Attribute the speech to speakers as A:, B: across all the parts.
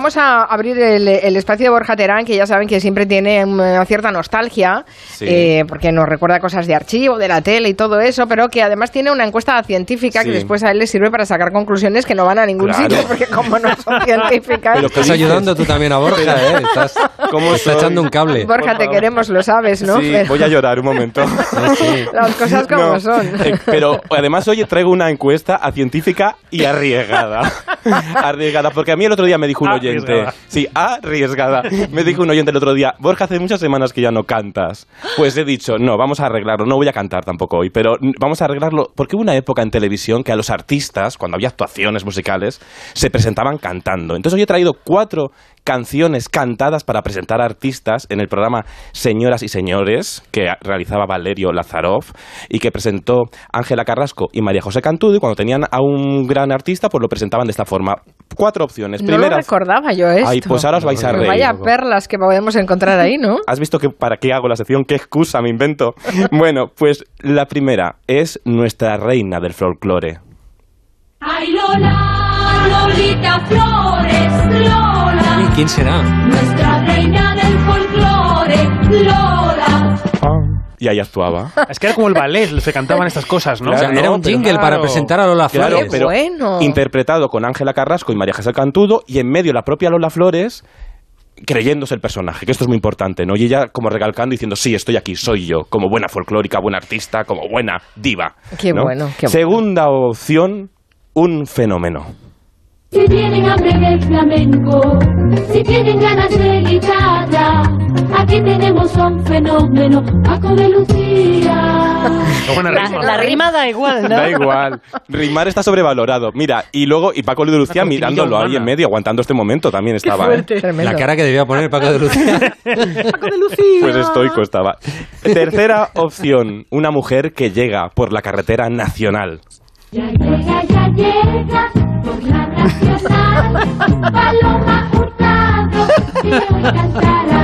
A: Vamos a abrir el, el, espacio de Borja Terán, que ya saben que siempre tiene una cierta nostalgia, sí. eh, porque nos recuerda cosas de archivo, de la tele y todo eso, pero que además tiene una encuesta científica sí. que después a él le sirve para sacar conclusiones que no van a ningún claro. sitio, porque como no son científicas...
B: Pero estás ayudando tú también a Borja, ¿eh? Estás, ¿Cómo estás echando un cable.
A: Borja, te queremos, lo sabes, ¿no?
C: Sí, pero... voy a llorar un momento.
A: Sí, Las cosas como no. son.
C: Eh, pero además hoy traigo una encuesta a científica y arriesgada. arriesgada, porque a mí el otro día me dijo un oye, Arriesgada. Sí, arriesgada. Me dijo un oyente el otro día, Borja, hace muchas semanas que ya no cantas. Pues he dicho, no, vamos a arreglarlo. No voy a cantar tampoco hoy, pero vamos a arreglarlo. Porque hubo una época en televisión que a los artistas, cuando había actuaciones musicales, se presentaban cantando. Entonces hoy he traído cuatro canciones cantadas para presentar a artistas en el programa Señoras y Señores, que realizaba Valerio Lazarov y que presentó Ángela Carrasco y María José Cantudo. Y cuando tenían a un gran artista, pues lo presentaban de esta forma. Cuatro opciones.
A: No
C: Primera,
A: lo recordaba yo esto.
C: Ay, pues ahora os vais a reír.
A: Vaya perlas que podemos encontrar ahí, ¿no?
C: ¿Has visto que para qué hago la sección? ¿Qué excusa me invento? bueno, pues la primera es nuestra reina del folclore.
D: Ay, Lola, Lolita Flores, Lola.
B: ¿Quién será?
D: Nuestra reina del folclore, Lola.
C: Ah y ahí actuaba.
E: Es que era como el ballet, se cantaban estas cosas, ¿no?
B: Claro, o sea,
E: no
B: era un jingle claro. para presentar a
A: Ah,
B: Lola Flores.
C: Claro, pero bueno. interpretado con Ángela Carrasco y María Jesús Cantudo y en medio la propia Lola Flores creyéndose el personaje, que esto es muy importante, ¿no? Y ella como recalcando diciendo, sí, estoy aquí, soy yo, como buena folclórica, buena artista, como buena diva.
A: Qué
C: ¿no?
A: bueno, qué
C: Segunda
A: bueno.
C: opción, un fenómeno.
D: Si tienen hambre del flamenco, si tienen ganas de guitarra, aquí tenemos un fenómeno, Paco de Lucía.
F: La, la, rima da igual, ¿no?
C: Da igual. Rimar está sobrevalorado. Mira, y luego, y Paco de Lucía mirándolo humana. ahí en medio, aguantando este momento también estaba. ¿eh?
B: La cara que debía poner Paco de Lucía.
F: Paco de Lucía.
C: Pues estoico estaba. Tercera opción, una mujer que llega por la carretera nacional.
D: Ya llega, ya llega por la nacional, Paloma Hurtado, que hoy cantará.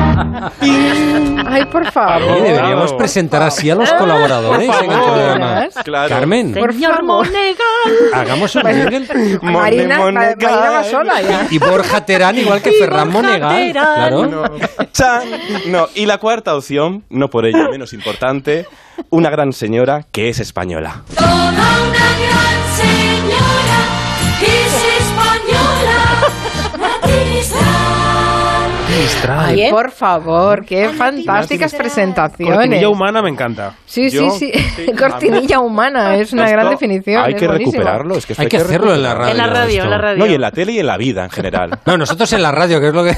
A: Ay, por favor.
B: Oye, deberíamos presentar así a los
F: Ah,
B: colaboradores en el programa.
C: Claro.
B: Carmen.
F: Por Señor Monegal.
B: Hagamos un jingle.
A: Marina, Monegal. Marina va sola ya.
B: Y Borja Terán, igual que
F: Y
B: Ferran
F: Borja
B: Monegal.
F: Terán.
B: Claro.
C: No. Chan. No, y la cuarta opción, no por ello menos importante, una gran señora que es española.
D: Toda una gran señora es española, la
F: eh.
D: Tristán.
A: Ay, por favor, qué fantásticas presentaciones.
E: Cortinilla humana me encanta.
A: Sí, sí,
C: Yo-
A: sí. Cortinilla humana, es una
C: Esto
A: gran definición.
C: Hay
A: es
C: que
A: buenísimo.
C: recuperarlo, es que esto
B: Hay que hacerlo en la
C: recuperarlo.
B: radio.
F: En la radio, en la
B: esto.
F: radio.
C: No, y en la tele y en la vida en general.
B: No, nosotros en la radio, que es lo que.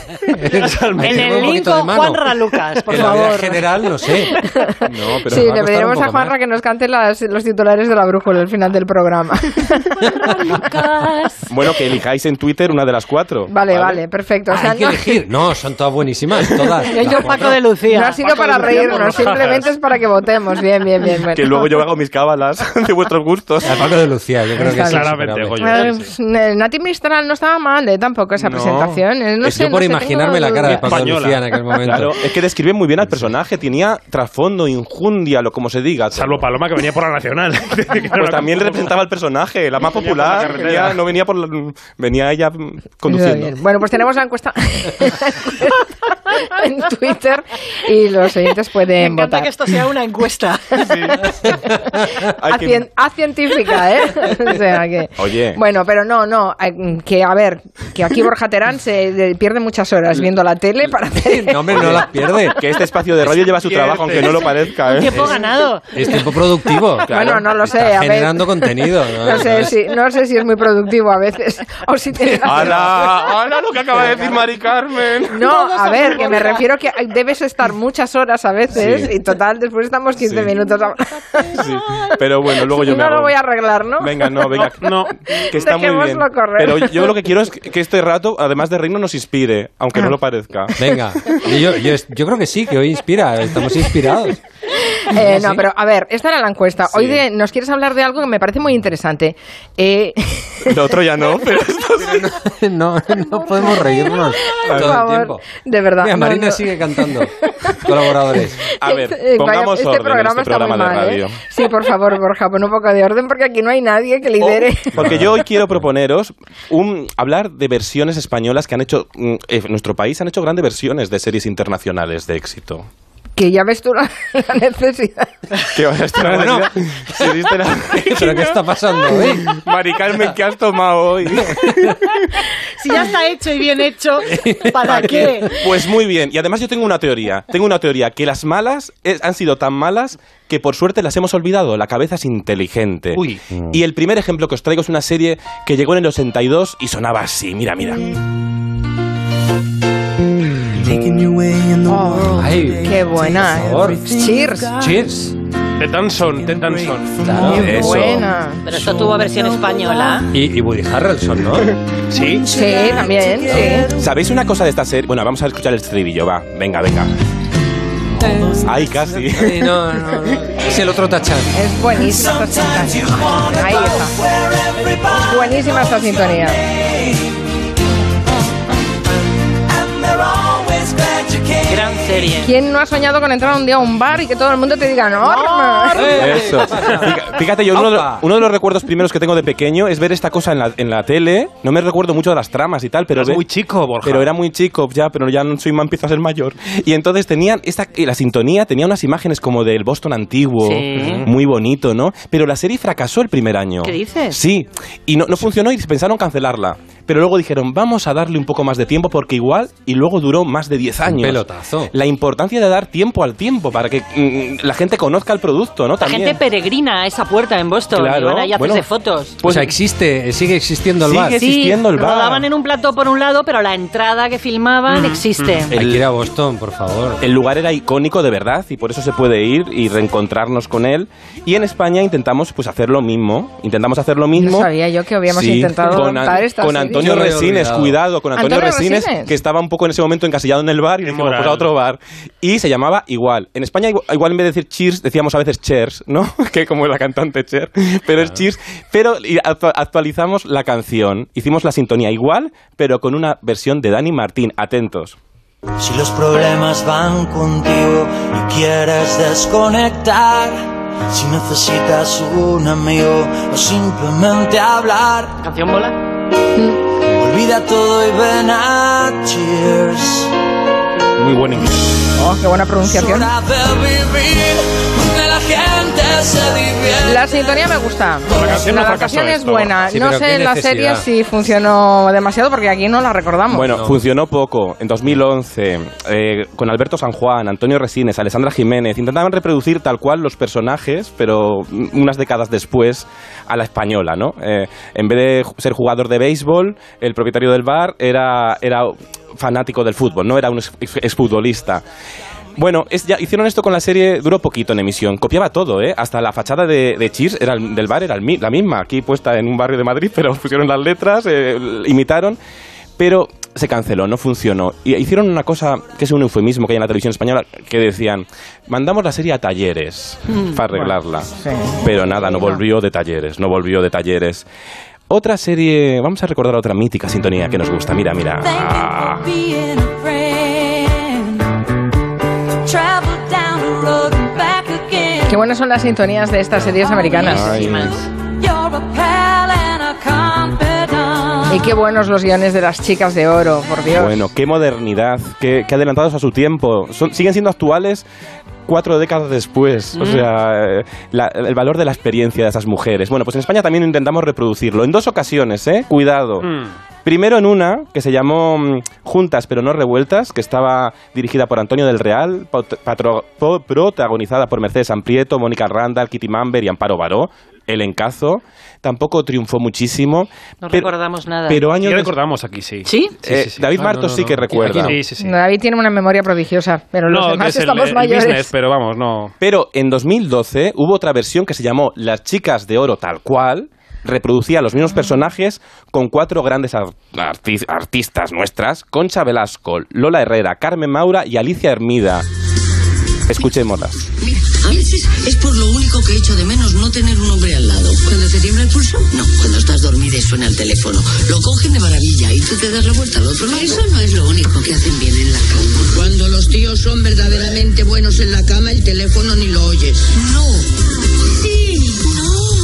F: En el link
B: link
F: con Juan Ralucas, por
B: en la vida
F: favor.
B: en general, no sé.
C: No, pero
A: sí,
B: va a
A: le
B: costar
A: pediremos
B: un poco
A: a Juanra
B: más.
A: que nos cante las- los titulares de la brújula al final del programa.
F: Ralucas.
C: Bueno, que elijáis en Twitter una de las cuatro.
A: Vale, vale, perfecto. O sea,
B: Ah, Hay que
A: no-
B: elegir. No, son todas buenísimas, todas.
F: Yo, yo,
B: Las
F: Paco de Lucía.
A: no ha sido
F: Paco de
A: para
F: Lucía por
A: reírnos,
F: los
A: simplemente es para que votemos. Bien, bien, bien. bueno.
C: Que luego yo hago mis cábalas de vuestros gustos.
B: A Paco de Lucía, yo creo que es
E: Claramente,
B: insuperable.
E: Goyo.
A: Eh, pues, eh, Nati Mistral no estaba mal eh, tampoco esa
C: No.
A: presentación. eh, No
B: es
A: sé,
B: yo por
A: no sé,
B: imaginarme
A: tengo
B: la cara de
A: dudas.
B: Paco de
E: Española.
B: Lucía en aquel momento.
C: Claro, es que describe muy bien al personaje, tenía trasfondo, injundia, lo como se diga. todo.
E: Salvo Paloma que venía por la nacional.
C: Pues también representaba al personaje, la más
E: Venía por la
C: popular,
E: carretera.
C: venía- no venía por la- venía ella mm,
A: Muy
C: conduciendo.
A: bien. Bueno, pues tenemos la encuesta, en Twitter y los oyentes
F: Me
A: pueden
F: encanta
A: votar.
F: que esto sea una encuesta.
C: Hay
A: A,
C: que-
A: cien- a científica, ¿eh? O sea que-
C: Oye.
A: Bueno, pero no, no, eh, que a ver, que aquí Borja Terán se de- pierde muchas horas viendo la tele para hacer...
B: No, hombre, no las pierde.
C: Que este espacio de radio lleva su trabajo, aunque no lo parezca. ¿eh?
F: Tiempo ganado.
B: Es tiempo productivo.
A: Bueno, no lo sé,
B: Está
A: a ver.
B: generando contenido. ¿no?
A: No sé, si, no sé si es muy productivo a veces, o si tiene...
C: ¡Hala! ¡Hala lo que acaba de decir Mari Carmen!
A: No, a ver, que me refiero que debes estar muchas horas a veces
C: Sí.
A: y total, después estamos 15
C: Sí.
A: minutos. a-
C: Sí, pero bueno, luego yo
A: y
C: me
A: no lo
C: hago-
A: voy a arreglar, ¿no?
C: Venga, no, venga.
E: No,
C: que está muy bien.
A: Dejémoslo correr.
C: Pero yo lo que quiero es que este rato, además de reino, nos inspire,
A: Ah.
C: aunque no lo parezca.
B: Venga, yo, yo, yo creo que sí, que hoy inspira, estamos inspirados.
A: Eh, no, pero a ver, esta era la encuesta. Hoy de- nos quieres hablar de algo que me parece muy interesante. Eh,
C: Lo otro ya no, pero esto sí.
B: No, no podemos reírnos
A: por
B: todo el
A: favor,
B: tiempo.
A: de verdad.
B: Mira,
A: no,
B: Marina
A: no.
B: sigue cantando. Colaboradores.
C: A ver,
A: Este-
C: pongamos
A: vaya,
C: orden en este
A: está muy
C: programa de
A: mal, ¿eh?
C: radio. Oh.
A: Sí, por favor, Borja, pon un poco de orden porque aquí no hay nadie que lidere.
C: O- porque yo hoy quiero proponeros un, hablar de versiones españolas que han hecho. mm, eh, en nuestro país han hecho grandes versiones de series internacionales de éxito.
A: Que ya ves tú la, la necesidad.
C: Que vaya a estar
B: Bueno.
C: series de la-
B: ¿Pero qué está pasando hoy?
C: Mari Carmen, ¿qué has tomado hoy?
F: Si ya está hecho y bien hecho, ¿para qué?
C: Pues muy bien. Y además yo tengo una teoría. Tengo una teoría que las malas es- han sido tan malas que por suerte las hemos olvidado. La cabeza es inteligente.
E: Uy.
C: Y el primer ejemplo que os traigo es una serie que llegó en el 82 y sonaba así. Mira, mira.
A: Oh.
B: Ay,
A: Qué buena. ¿eh?
B: Por favor.
A: Cheers.
B: cheers.
E: Ted Danson, Ted Danson.
B: Claro.
A: Ah, Qué
C: Eso.
A: buena.
G: Pero esto tuvo versión española.
B: Y, y Woody Harrelson, ¿no?
E: Sí.
A: Sí, también, sí.
C: ¿Sabéis una cosa de esta serie? Bueno, vamos a escuchar el estribillo, va. Venga, venga. Ay, casi.
B: Sí, no, no, no. Es el otro tachán.
A: Es buenísima esta sintonía. Ahí está. Es buenísima esta sintonía.
G: Gran serie.
A: ¿Quién no ha soñado con entrar un día a un bar y que todo el mundo te diga Norma?
C: Eso. Fija- Fíjate, yo uno de,
B: Opa.
C: uno de los recuerdos primeros que tengo de pequeño es ver esta cosa en la, en la tele. No me recuerdo mucho de las tramas y tal, pero...
E: Eras
C: ve-
E: muy chico, Borja.
C: Pero era muy chico ya, pero ya no soy más, empiezo a ser mayor. Y entonces tenían esta, eh, la sintonía, tenía unas imágenes como del Boston antiguo,
G: Sí.
C: muy bonito, ¿no? Pero la serie fracasó el primer año.
G: ¿Qué dices?
C: Sí, y no, no funcionó y pensaron cancelarla. Pero luego dijeron, vamos a darle un poco más de tiempo porque igual, y luego duró más de 10 años.
B: pelotazo.
C: La importancia de dar tiempo al tiempo para que mm, la gente conozca el producto, ¿no?
G: La
C: También.
G: gente peregrina a esa puerta en Boston.
C: Claro,
G: y van ahí a hacerse
C: bueno.
G: fotos.
B: o sea, existe, sigue existiendo el
C: Sigue
B: bar.
C: existiendo. Existiendo el bar.
G: rodaban en un plató por un lado, pero la entrada que filmaban existe.
B: Hay que ir a Boston, por favor.
C: El lugar era icónico de verdad y por eso se puede ir y reencontrarnos con él. Y en España intentamos pues hacer lo mismo. Intentamos hacer lo mismo.
A: No sabía yo que habíamos
C: Sí,
A: intentado
C: con, An-
A: montar esta
C: con
A: serie.
C: Antonio
B: Yo lo he
C: Resines,
B: olvidado.
C: cuidado, con Antonio,
A: ¿Antonio
C: Resines,
A: Resines?
C: que estaba un poco en ese momento encasillado en el bar y
E: Qué
C: dijimos,
E: moral.
C: pues a otro bar. Y se llamaba igual. En España igu- igual en vez de decir cheers, decíamos a veces chers, ¿no? que como la cantante Cher, pero es cheers. Pero y actu- actualizamos la canción, hicimos la sintonía igual, pero con una versión de Dani Martín. Atentos.
H: Si los problemas van contigo y quieres desconectar, si necesitas un amigo o simplemente hablar,
G: ¿Canción bola?
H: olvida todo y ven a Cheers.
E: Muy buen inglés.
A: Oh, qué buena pronunciación.
H: Hora de vivir donde la gente se divierte.
A: La sintonía me gusta.
E: La canción no fracasó
A: canción es
E: esto.
A: buena.
B: Sí,
A: no
B: pero
A: sé
B: qué
A: en la serie
B: necesidad.
A: si funcionó demasiado porque aquí no la recordamos.
C: Bueno, funcionó poco. En 2011, eh, con Alberto San Juan, Antonio Resines, Alessandra Jiménez, intentaban reproducir tal cual los personajes, pero mm, unas décadas después a la española, ¿no? Eh, en vez de ju- ser jugador de béisbol, el propietario del bar era, era fanático del fútbol, no era un ex- ex- exfutbolista. Bueno, es- ya hicieron esto con la serie, duró poquito en emisión, copiaba todo, ¿eh? Hasta la fachada de, de Cheers era el- del bar era el mi- la misma, aquí puesta en un barrio de Madrid, pero pusieron las letras, eh, l- imitaron, pero se canceló, no funcionó. Y hicieron una cosa que es un eufemismo que hay en la televisión española, que decían, mandamos la serie a talleres para arreglarla. Pero nada, no volvió de talleres, no volvió de talleres. Otra serie, vamos a recordar otra mítica sintonía que nos gusta, mira, mira. Ah.
A: Qué buenas son las sintonías de estas series americanas.
G: Buenísimas.
A: Y Eh, qué buenos los guiones de las chicas de oro, por Dios.
C: Bueno, qué modernidad, qué, qué adelantados a su tiempo. Son- siguen siendo actuales cuatro décadas después. O sea, eh, la- el valor de la experiencia de esas mujeres. Bueno, pues en España también intentamos reproducirlo. En dos ocasiones, ¿eh? Cuidado.
E: Mm.
C: Primero en una que se llamó mm, Juntas pero no revueltas, que estaba dirigida por Antonio del Real, pot- patro- po- protagonizada por Mercedes Amprieto, Mónica Randall, Kitty Mamber y Amparo Baró. El encazo tampoco triunfó muchísimo.
G: No
C: pero-
G: recordamos nada.
C: Pero
E: Ya
C: años des-
E: recordamos aquí, sí.
G: ¿Sí?
C: eh,
E: sí, sí.
C: David
B: Ah,
C: Martos
B: no, no,
C: sí que
B: no.
C: recuerda.
E: Sí, sí, sí.
A: David tiene una memoria prodigiosa, pero los
E: no, que
A: demás
E: es el,
A: estamos
E: el
A: mayores.
E: business, pero vamos, no.
C: Pero en 2012 hubo otra versión que se llamó Las chicas de oro tal cual. Reproducía los mismos personajes con cuatro grandes ar- arti- artistas nuestras, Concha Velasco, Lola Herrera, Carmen Maura y Alicia Hermida. Escuchémoslas.
I: Mira, a veces es por lo único que echo de menos no tener un hombre al lado. Cuando te tiembla el pulso, no. Cuando estás dormida y suena el teléfono, lo cogen de maravilla y tú te das la vuelta al otro lado. Eso no es lo único que hacen bien en la cama. Cuando los tíos son verdaderamente buenos en la cama, el teléfono ni lo oyes. No. Sí. No.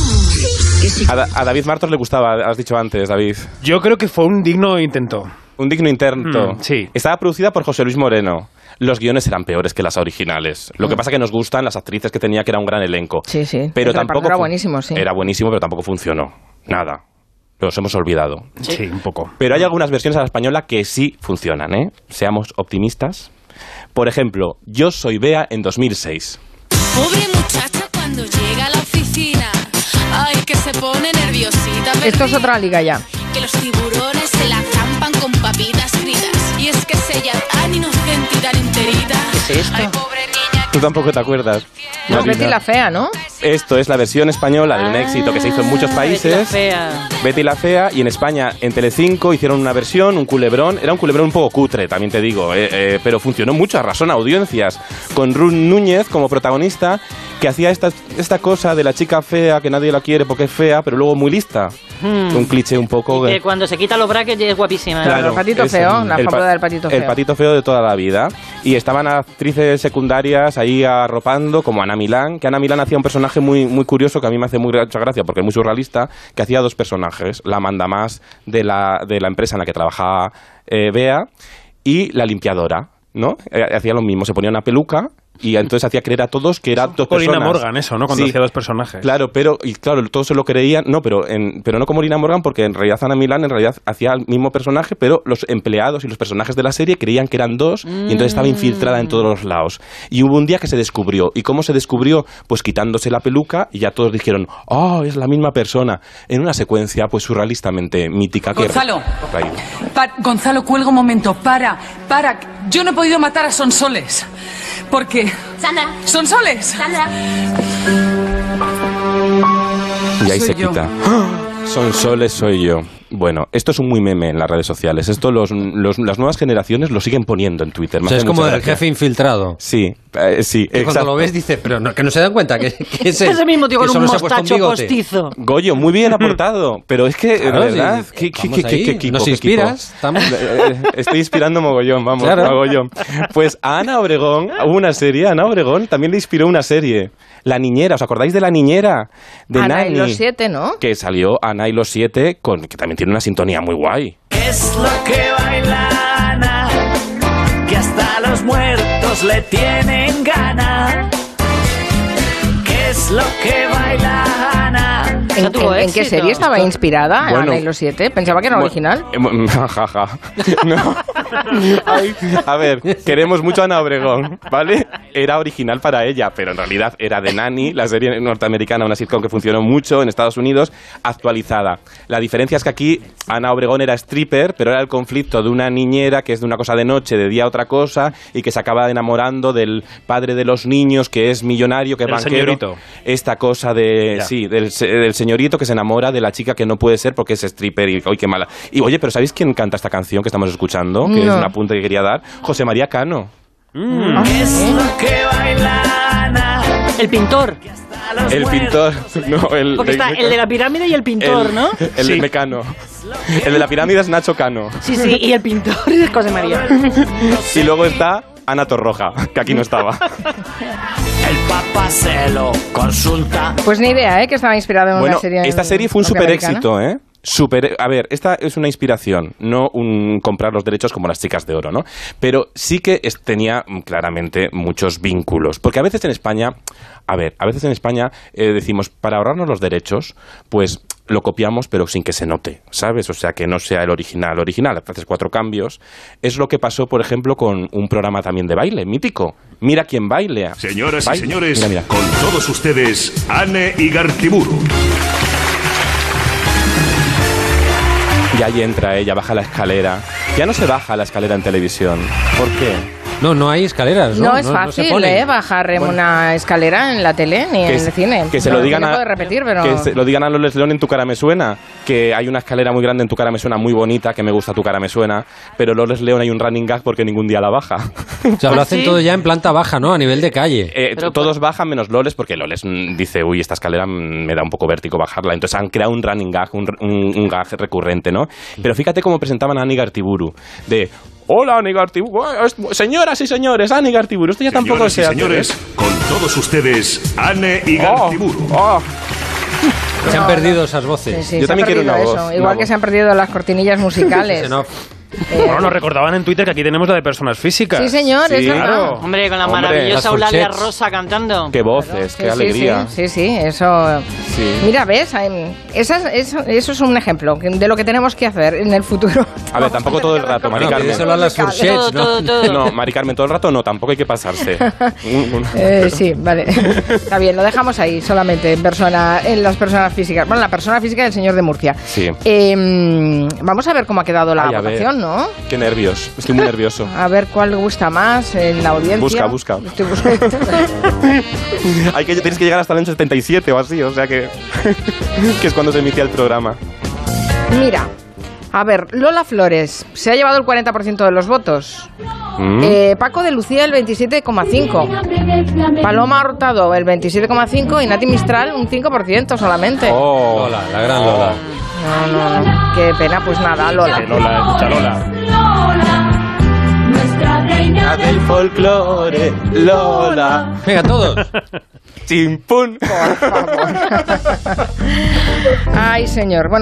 I: Que si
C: A, Da- a David Martos le gustaba, has dicho antes, David.
E: Yo creo que fue un digno intento.
C: Un digno intento.
E: Mm, sí.
C: Estaba producida por José Luis Moreno. Los guiones eran peores que las originales. Lo que pasa que nos gustan las actrices que tenía, que era un gran elenco.
A: Mm. Sí, sí.
C: Pero
A: El
C: tampoco
A: reparto era
C: fu-
A: buenísimo, sí.
C: Era buenísimo, pero tampoco funcionó. Nada. Los hemos olvidado.
E: Sí, un poco.
C: Pero hay algunas versiones a la española que sí funcionan, ¿eh? Seamos optimistas. Por ejemplo, Yo soy Bea en 2006.
J: Pobre muchacha cuando llega a la oficina. Ay, que se pone nerviosita.
A: Esto es
J: perdida.
A: otra liga ya.
J: Que los tiburones se la zampan con papitas fritas. Y es que es ella tan inocente y tan enterita.
G: ¿Qué es esto?
J: Ay, pobre niña.
C: Tú tampoco te acuerdas.
A: No,
C: Marina.
A: Betty la fea, ¿no?
C: Esto es la versión española de un
G: Ah,
C: éxito que se hizo en muchos países.
G: Betty la Fea.
C: Betty la Fea y en España en Telecinco hicieron una versión, un culebrón, era un culebrón un poco cutre, también te digo, eh, eh, pero funcionó mucho, arrasó en audiencias, con Ruth Núñez como protagonista, que hacía esta, esta cosa de la chica fea, que nadie la quiere porque es fea, pero luego muy lista. Un cliché un poco...
G: Que cuando se quita los brackets es guapísima. ¿no?
A: Claro. el patito feo, la
C: el pa-
A: fábula del patito
C: El
A: feo.
C: patito feo de toda la vida. Y estaban actrices secundarias ahí arropando, como Ana Milán, que Ana Milán hacía un personaje muy, muy curioso que a mí me hace muy, mucha gracia porque es muy surrealista, que hacía dos personajes, la mandamás de la, de la empresa en la que trabajaba eh, Bea y la limpiadora, ¿no? Eh, hacía lo mismo, se ponía una peluca y entonces hacía creer a todos que eran dos
E: Colina
C: personas.
E: Morgan, eso, ¿no? Cuando
C: Sí.
E: hacía los personajes.
C: Claro, pero y claro, todos se lo creían, no, pero en- pero no como Lina Morgan porque en realidad Ana Milán en realidad hacía el mismo personaje, pero los empleados y los personajes de la serie creían que eran dos y entonces
K: Mm.
C: estaba infiltrada en todos los lados. Y hubo un día que se descubrió. ¿Y cómo se descubrió? Pues quitándose la peluca y ya todos dijeron, "Oh, es la misma persona." En una secuencia pues surrealistamente mítica que
K: Gonzalo.
C: Raído.
K: Pa- Gonzalo, cuelga un momento. Para, para. Yo no he podido matar a Sonsoles. Porque.
D: Sandra,
K: ¡Sonsoles!
D: Sandra.
C: Y ahí
K: Soy
C: se
K: yo.
C: quita. Son soles, soy yo. Bueno, esto es un muy meme en las redes sociales. Esto los, los- las nuevas generaciones lo siguen poniendo en Twitter. Me
B: O sea,
C: hace
B: es como
C: mucha
B: del
C: gracia.
B: jefe infiltrado.
C: Sí, eh, sí,
B: Que cuando lo
C: exacto.
B: ves dices, pero no- que no se dan cuenta que, que es él,
G: Ese mismo tío
B: que
G: con
B: solo
G: un
B: se ha puesto
G: mostacho
B: bigote.
G: postizo.
C: Goyo, muy bien aportado, pero es que,
B: Claro,
C: de verdad,
B: sí,
C: ¿qué, qué-
B: vamos
C: qué- qué-
B: ahí,
C: qué equipo?
B: nos
C: qué
B: inspiras,
C: equipo?
B: estamos-
C: Eh, eh, Estoy inspirando mogollón, vamos,
B: Claro.
C: mogollón. Pues a Ana Obregón, hubo una serie, a Ana Obregón también le inspiró una serie. La Niñera, ¿os acordáis de La Niñera? De
A: Ana y
C: Nani,
A: los siete, ¿no?
C: Que salió Ana y los siete, con, que también tiene una sintonía muy guay.
H: Es lo que bailan, que hasta los muertos le tienen gana. ¿Qué es lo que bailan?
A: ¿En,
G: Ya tuvo
A: en- en qué
G: éxito.
A: serie estaba inspirada
C: Bueno.
A: Ana y los siete? Pensaba que era
C: Bu-
A: original.
C: Eh, bu- ja, ja, ja. No. Ay, a ver, queremos mucho a Ana Obregón, ¿vale? Era original para ella, pero en realidad era de Nani, la serie norteamericana, una sitcom que funcionó mucho en Estados Unidos, actualizada. La diferencia es que aquí Ana Obregón era stripper, pero era el conflicto de una niñera que es de una cosa de noche, de día otra cosa, y que se acaba enamorando del padre de los niños, que es millonario, que es
E: El
C: banquero.
E: señorito.
C: Esta cosa de,
E: Ya.
C: sí, del, se- del señorito que se enamora de la chica que no puede ser porque es stripper y hoy qué mala. Y oye, pero ¿sabéis quién canta esta canción que estamos escuchando? Que
A: No.
C: es un apunte que quería dar. José María Cano.
H: ¿Qué es lo que bailan?
G: El pintor.
C: El pintor. No, el.
G: Pues Porque está el de la pirámide y el pintor,
C: el-
G: ¿no?
C: El
E: Sí.
C: de Cano. El de la pirámide es Nacho Cano.
G: Sí, sí, y el pintor es José María.
C: Y luego está Ana Torroja, que aquí no estaba.
H: El papá se lo consulta.
A: Pues ni idea, ¿eh? Que estaba inspirada en
C: bueno,
A: una serie.
C: esta serie fue un super
A: norteamericana.
C: éxito, ¿eh? Super, a ver, esta es una inspiración, no un comprar los derechos como las chicas de oro, ¿no? Pero sí que es- tenía mm, claramente muchos vínculos. Porque a veces en España, a ver, a veces en España eh, decimos, para ahorrarnos los derechos, pues lo copiamos pero sin que se note, ¿sabes? O sea, que no sea el original, original, haces cuatro cambios. Es lo que pasó, por ejemplo, con un programa también de baile, mítico. Mira quién baile.
L: Señoras y
C: Baile.
L: señores,
C: Mira, mira.
L: con todos ustedes, Anne Igartiburu.
C: Y ahí entra ella, baja la escalera. Ya no se baja la escalera en televisión. ¿Por qué?
B: No, no hay escaleras. No,
A: No, es
B: No- no se
A: fácil,
B: ponen.
A: ¿eh? Bajar en una escalera en la tele ni en
C: se-
A: el cine.
C: que se lo
A: No,
C: digan
A: no
C: a
A: puedo repetir, pero.
C: que se lo digan a Loles León en tu cara me suena, que hay una escalera muy grande en tu cara me suena muy bonita, que me gusta tu cara me suena, pero Loles León hay un running gag porque ningún día la baja.
B: O sea, lo hacen todo ya en planta baja, ¿no? A nivel de calle.
C: Eh,
A: pues
C: todos bajan menos Loles porque Loles mm, dice, uy, esta escalera mm, me da un poco vértigo bajarla. Entonces han creado un running gag, un, un- un gag recurrente, ¿no? Pero fíjate cómo presentaban a Ani Gartiburu. De, hola Ani Gartiburu, eh, es- señoras y señores, Ani Gartiburu. Esto ya tampoco
L: Señoras
C: se
L: y
C: hace. ¿eh?
L: señores, con todos ustedes, Anne y
C: Oh,
L: Gartiburu.
B: Se han
A: No,
B: perdido esas voces.
A: Sí, se ha perdido eso. Igual que se han perdido las cortinillas musicales.
E: Bueno, nos recordaban en Twitter que aquí tenemos la de personas físicas.
A: Sí, señor, Ah, es verdad.
G: Hombre, con la
E: Hombre, las
G: maravillosa Eulalia
E: Furchets.
G: Rosa cantando.
C: Qué voces,
A: Sí,
C: qué
A: sí,
C: alegría.
A: Sí, sí, sí, eso.
C: Sí.
A: Mira, ves, Em, esas- eso, eso es un ejemplo de lo que tenemos que hacer en el futuro.
C: A ver, tampoco todo el rato, Mari
B: Bueno,
C: Carmen.
B: pídeselo a las Furchets, ¿no? Todo, todo, todo.
C: No, Mari Carmen, todo el rato no, tampoco hay que pasarse. Un- un-
A: Eh, sí, vale. Está bien, lo dejamos ahí solamente en, persona, en las personas físicas. Bueno, la persona física del señor de Murcia.
C: Sí.
A: Em, vamos a ver cómo ha quedado la
C: Ay, a ver.
A: votación, ¿no?
C: Qué nervios, estoy muy nervioso.
A: A ver cuál gusta más en la audiencia.
C: Busca, busca.
A: Estoy buscando.
C: Hay que, tienes que llegar hasta el año 77 o así, o sea que. que es cuando se emitía el programa.
A: Mira, a ver, Lola Flores se ha llevado el 40% de los votos.
C: Mm.
A: Eh, Paco de Lucía el 27,5. Paloma Hurtado el 27,5 y Nati Mistral un 5% solamente.
C: Oh.
B: Lola, la gran Lola.
A: No, no, no. Qué pena, pues nada, Lola.
C: Reina del folclore, Lola.
B: Venga, todos.
C: Chimpún.
A: Ay, señor. Bueno,